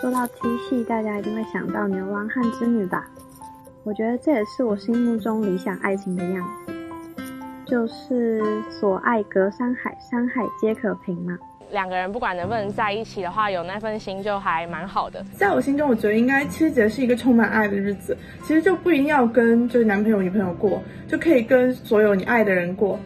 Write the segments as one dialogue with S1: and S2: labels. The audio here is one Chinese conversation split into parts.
S1: 说到 T 系，大家一定会想到牛郎和织女吧？我觉得这也是我心目中理想爱情的样子，就是所爱隔山海，山海皆可平嘛。
S2: 两个人不管能不能在一起的话，有那份心就还蛮好的。
S3: 在我心中，我觉得应该七夕节是一个充满爱的日子。其实就不一定要跟就是男朋友、女朋友过，就可以跟所有你爱的人过。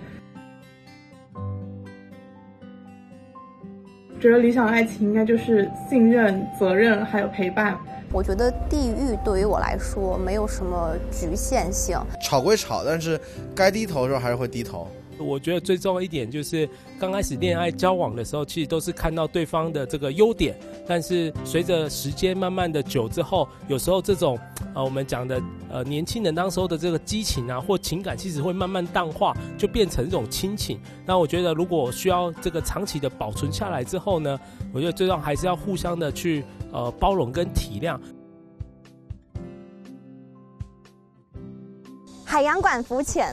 S3: 觉得理想爱情应该就是信任、责任还有陪伴。
S4: 我觉得地域对于我来说没有什么局限性。
S5: 吵归吵，但是该低头的时候还是会低头。
S6: 我觉得最重要一点就是刚开始恋爱交往的时候，其实都是看到对方的这个优点，但是随着时间慢慢的久之后，有时候这种呃我们讲的呃年轻人当时候的这个激情啊或情感，其实会慢慢淡化，就变成一种亲情。那我觉得如果需要这个长期的保存下来之后呢，我觉得最重要还是要互相的去呃包容跟体谅。
S7: 海洋馆浮潜，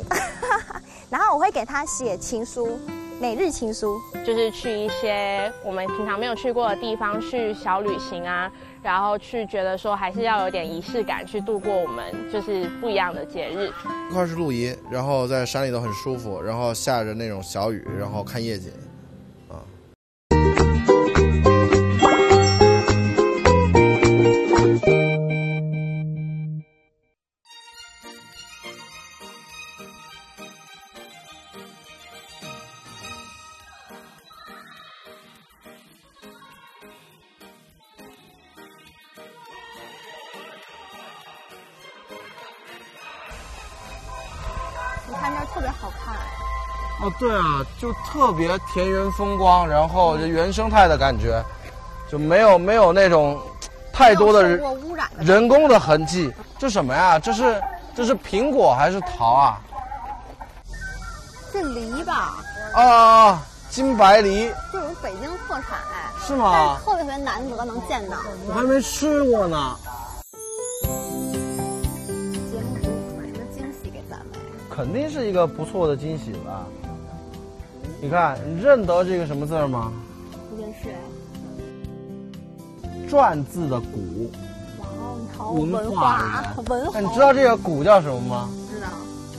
S7: 然后我会给他写情书，每日情书，
S2: 就是去一些我们平常没有去过的地方去小旅行啊，然后去觉得说还是要有点仪式感去度过我们就是不一样的节日。
S5: 一块是露营，然后在山里头很舒服，然后下着那种小雨，然后看夜景。
S7: 你看那特别好看。
S5: 哦，对啊，就特别田园风光，然后原生态的感觉，就没有没有那种太多的
S7: 没有受过污染的
S5: 人工的痕迹。这什么呀？这是这是苹果还是桃啊？
S7: 是梨吧？
S5: 啊，金白梨
S7: 这种北京特产哎，
S5: 是
S7: 但
S5: 吗
S7: 是？特别特别难得能见到。
S5: 我还没吃过呢，
S7: 节目组买个惊喜给咱们。
S5: 肯定是一个不错的惊喜吧。你看，你认得这个什么字儿吗？
S7: 不认识哎，
S5: 篆字的古，
S7: 哇哦，你好
S5: 文
S7: 文
S5: 化
S7: 化啊
S5: 人
S7: 文
S5: 那
S7: 化。
S5: 你知道这个古叫什么吗？
S7: 哦知道？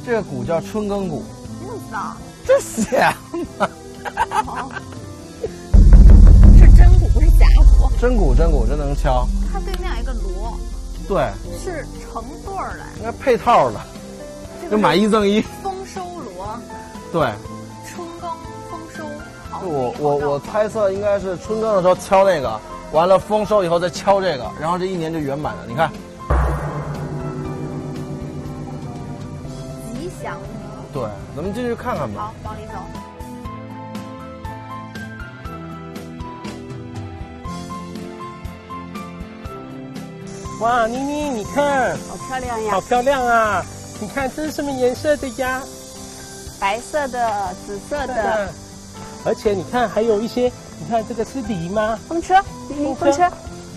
S5: 这个鼓叫春耕鼓，
S7: 真的知道？
S5: 这写啊
S7: 是真鼓不是假鼓。
S5: 真鼓真鼓真能敲，
S7: 它对面有一个锣，
S5: 对，
S7: 是成对儿的，
S5: 应该配套的，
S7: 这
S5: 就
S7: 个
S5: 买一赠一，
S7: 丰收锣，
S5: 对，
S7: 春耕丰收。好
S5: 就我我我猜测应该是春耕的时候敲那个，完了丰收以后再敲这个，然后这一年就圆满了。你看，
S7: 吉祥梨。
S5: 对，咱们进去看看吧。
S7: 好，往里走。
S6: 哇，妮妮，你看，
S7: 好漂亮
S6: 好！漂亮啊！你看这是什么颜色的呀？
S7: 白色的、紫色的，
S6: 的，啊而且你看还有一些，你看这个是梨吗？
S7: 风车，嗯风车，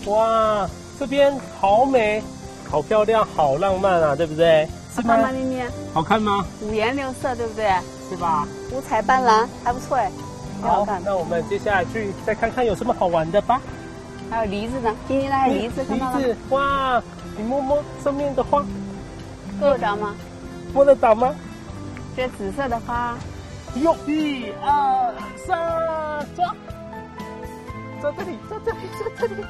S6: 哇，这边好美，好漂亮，好浪漫啊，对不对？是
S7: 妈妈
S6: 吗？
S7: 咪咪，
S6: 好看吗？
S7: 五颜六色，对不对？
S6: 是吧？
S7: 五彩斑斓，还不错哎，挺好看的。
S6: 那我们接下来去再看看有什么好玩的吧。
S7: 还有梨子呢，今天那梨子看
S6: 梨
S7: 到了吗，
S6: 子，哇，你摸摸上面的花，
S7: 够得着吗？
S6: 摸得到吗？
S7: 这紫色的花，
S6: 哟，一二三，抓，抓这里，抓这里，抓这里。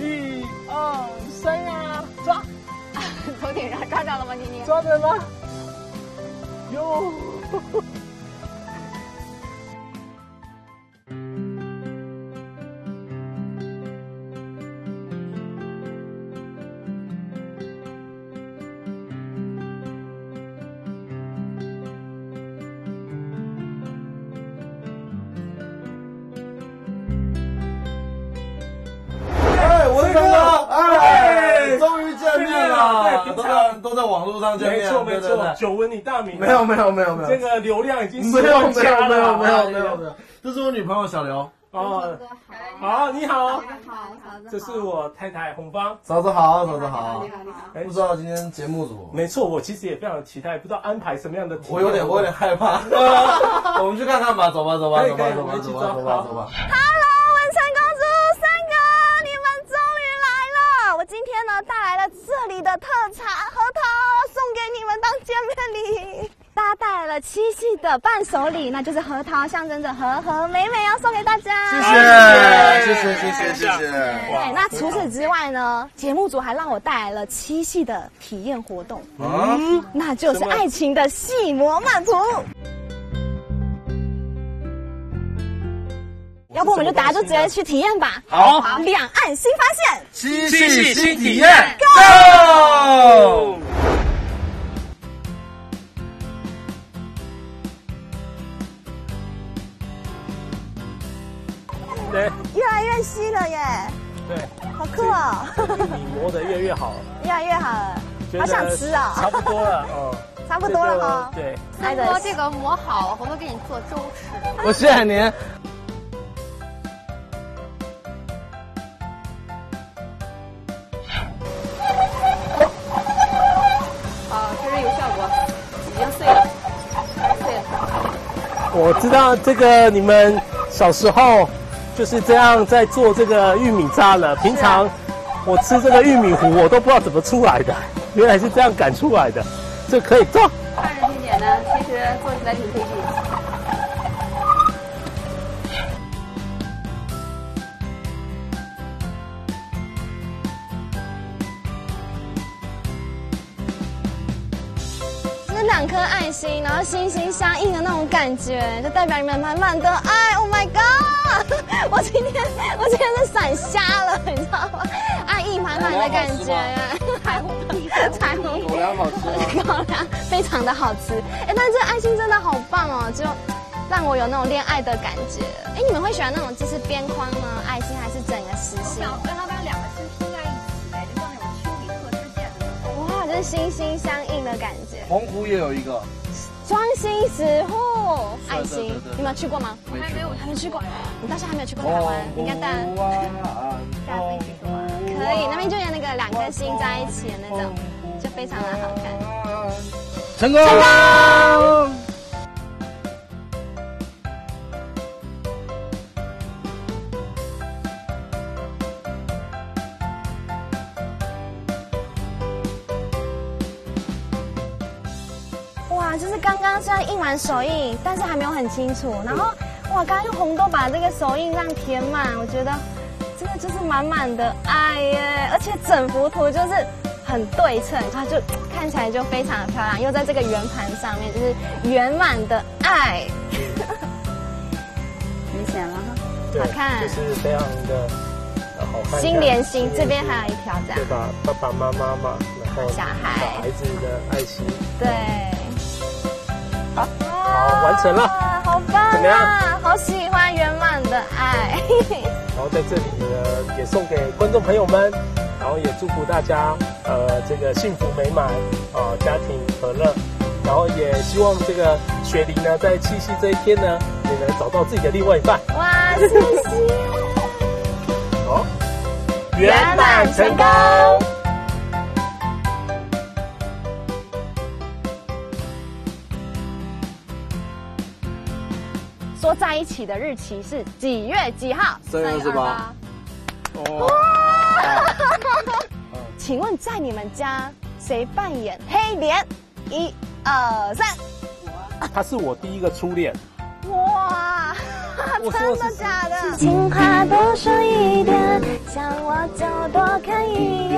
S6: 一二三呀、抓
S7: 头顶上抓着了吗？妮妮，
S6: 抓着吗？哟，
S5: 哎，我的哥哥，哎，终于见
S6: 面了
S5: 啊都在都在网络上见
S6: 没
S5: 面，
S6: 错没
S5: 对对
S6: 错，
S5: 对
S6: 久闻你大名。啊
S5: 没有没有没有没有
S6: 这个流量已经啊
S5: 没有没有没有没有没有没有
S6: 有。
S5: 这是我女朋友小刘，
S6: 哦，
S4: 哥好，
S6: 好，你好，
S4: 好，嫂子
S6: 这是我太太红芳。
S5: 嫂子好，嫂子好。
S4: 好，
S5: 不知道今天节目组，
S6: 没错，我其实也非常期待，不知道安排什么样的题目。
S5: 我有点我有点害 怕。我们去看看吧，走吧走吧
S6: 可以
S5: 走吧
S6: 可以
S5: 走吧
S6: 我一起
S5: 走吧
S6: 走
S5: 走吧
S6: 好
S5: 走吧。
S7: Hello，文成公主、三哥，你们终于来了！我今天呢带来了这里的特产核桃，送给你们当见面礼。大家带来了七夕的伴手礼，那就是核桃，象征着和和美美，要送给大家。
S5: 谢谢谢谢谢谢谢谢。
S7: 对，那除此之外呢，节目组还让我带来了七夕的体验活动，
S6: 啊
S5: 嗯，
S7: 那就是爱情的细磨慢图。要不我们就大家就直接去体验吧。
S5: 好
S7: 两岸新发现。
S5: 七夕新体验，Go！
S6: 对
S7: 越来越稀了耶，
S6: 对，
S7: 好酷哦，
S6: 你磨得越来越好，
S7: 越来越好了，
S6: 觉得
S7: 好想吃
S6: 差
S7: 哦，
S6: 不多了，嗯，
S7: 差不多了哈、
S6: 对，
S4: 三哥这个磨好，回头给你做粥吃。
S5: 我谢谢您。
S4: 啊，确实有效果，已经碎了，碎了。
S6: 我知道这个你们小时候就是这样在做这个玉米渣了。平常我吃这个玉米糊，我都不知道怎么出来的，原来是这样擀出来的，这可以做。
S4: 看着挺简单，其实做起来挺费 劲。
S7: 那两颗爱心，然后心心相印的那种感觉，就代表你们满满的爱。Oh my god！我 今天我今天是闪瞎了，你知道吗？爱意满满的感觉，
S4: 哎
S7: 彩虹屁， 彩虹
S5: 狗粮好吃啊吗？
S7: 高粱非常的好吃。哎，但是这个爱心真的好棒哦，就让我有那种恋爱的感觉。哎，你们会喜欢那种就是边框呢，爱心还是整个实心？
S8: 想让它把两个心拼在一起
S4: 哎
S8: 呗，就像那种丘比特之箭的那种。
S7: 哇，就是心心相印的感觉。
S5: 澎湖也有一个，
S7: 装心实护，爱
S5: 对
S7: 心
S5: 对对，
S7: 你们有去过吗？
S5: 没去过哦
S7: 还没去过，你到现在还没有去过台
S5: 澎
S7: 湾，应该
S5: 湖
S7: 带
S5: 湾，澎湖湾
S7: 可以，那边就有那个两颗心在一起的那种，就非常的好看。
S5: 哦成功！哦
S7: 哇，就是刚刚虽然印完手印，但是还没有很清楚。然后
S5: 哦
S7: 哇，刚刚用红豆把这个手印这样填满，我觉得真的就是满满的爱耶！而且整幅图就是很对称，它就看起来就非常的漂亮，又在这个圆盘上面，就是圆满的 爱，
S4: 明显了哈，
S7: 好看
S6: 就。是非常的呃好看。
S7: 心连心，这边还有一条这样
S6: 对，吧？爸爸妈妈嘛，然后
S7: 小孩
S6: 小孩子的呃爱心，
S7: 对。好
S6: 好完成了
S7: 好棒
S6: 怎么
S7: 啊
S6: 样！
S7: 好喜欢圆满的爱。
S6: 然后在这里呢，也送给观众朋友们，然后也祝福大家，呃，这个幸福美满，啊、家庭和乐，然后也希望这个雪梨呢，在七夕这一天呢，也能找到自己的另外一半，
S7: 哇，谢谢。
S6: 好，
S7: 圆满成功。说在一起的日期是几月几号？
S5: 三月二十八。
S6: 哦
S7: 请问在你们家谁扮演黑莲？一、二、三。
S6: 他是我第一个初恋，
S7: 哇，
S6: 我
S7: 真
S6: 说
S7: 的
S6: 是
S7: 假的？情话多说一点，想我就多看一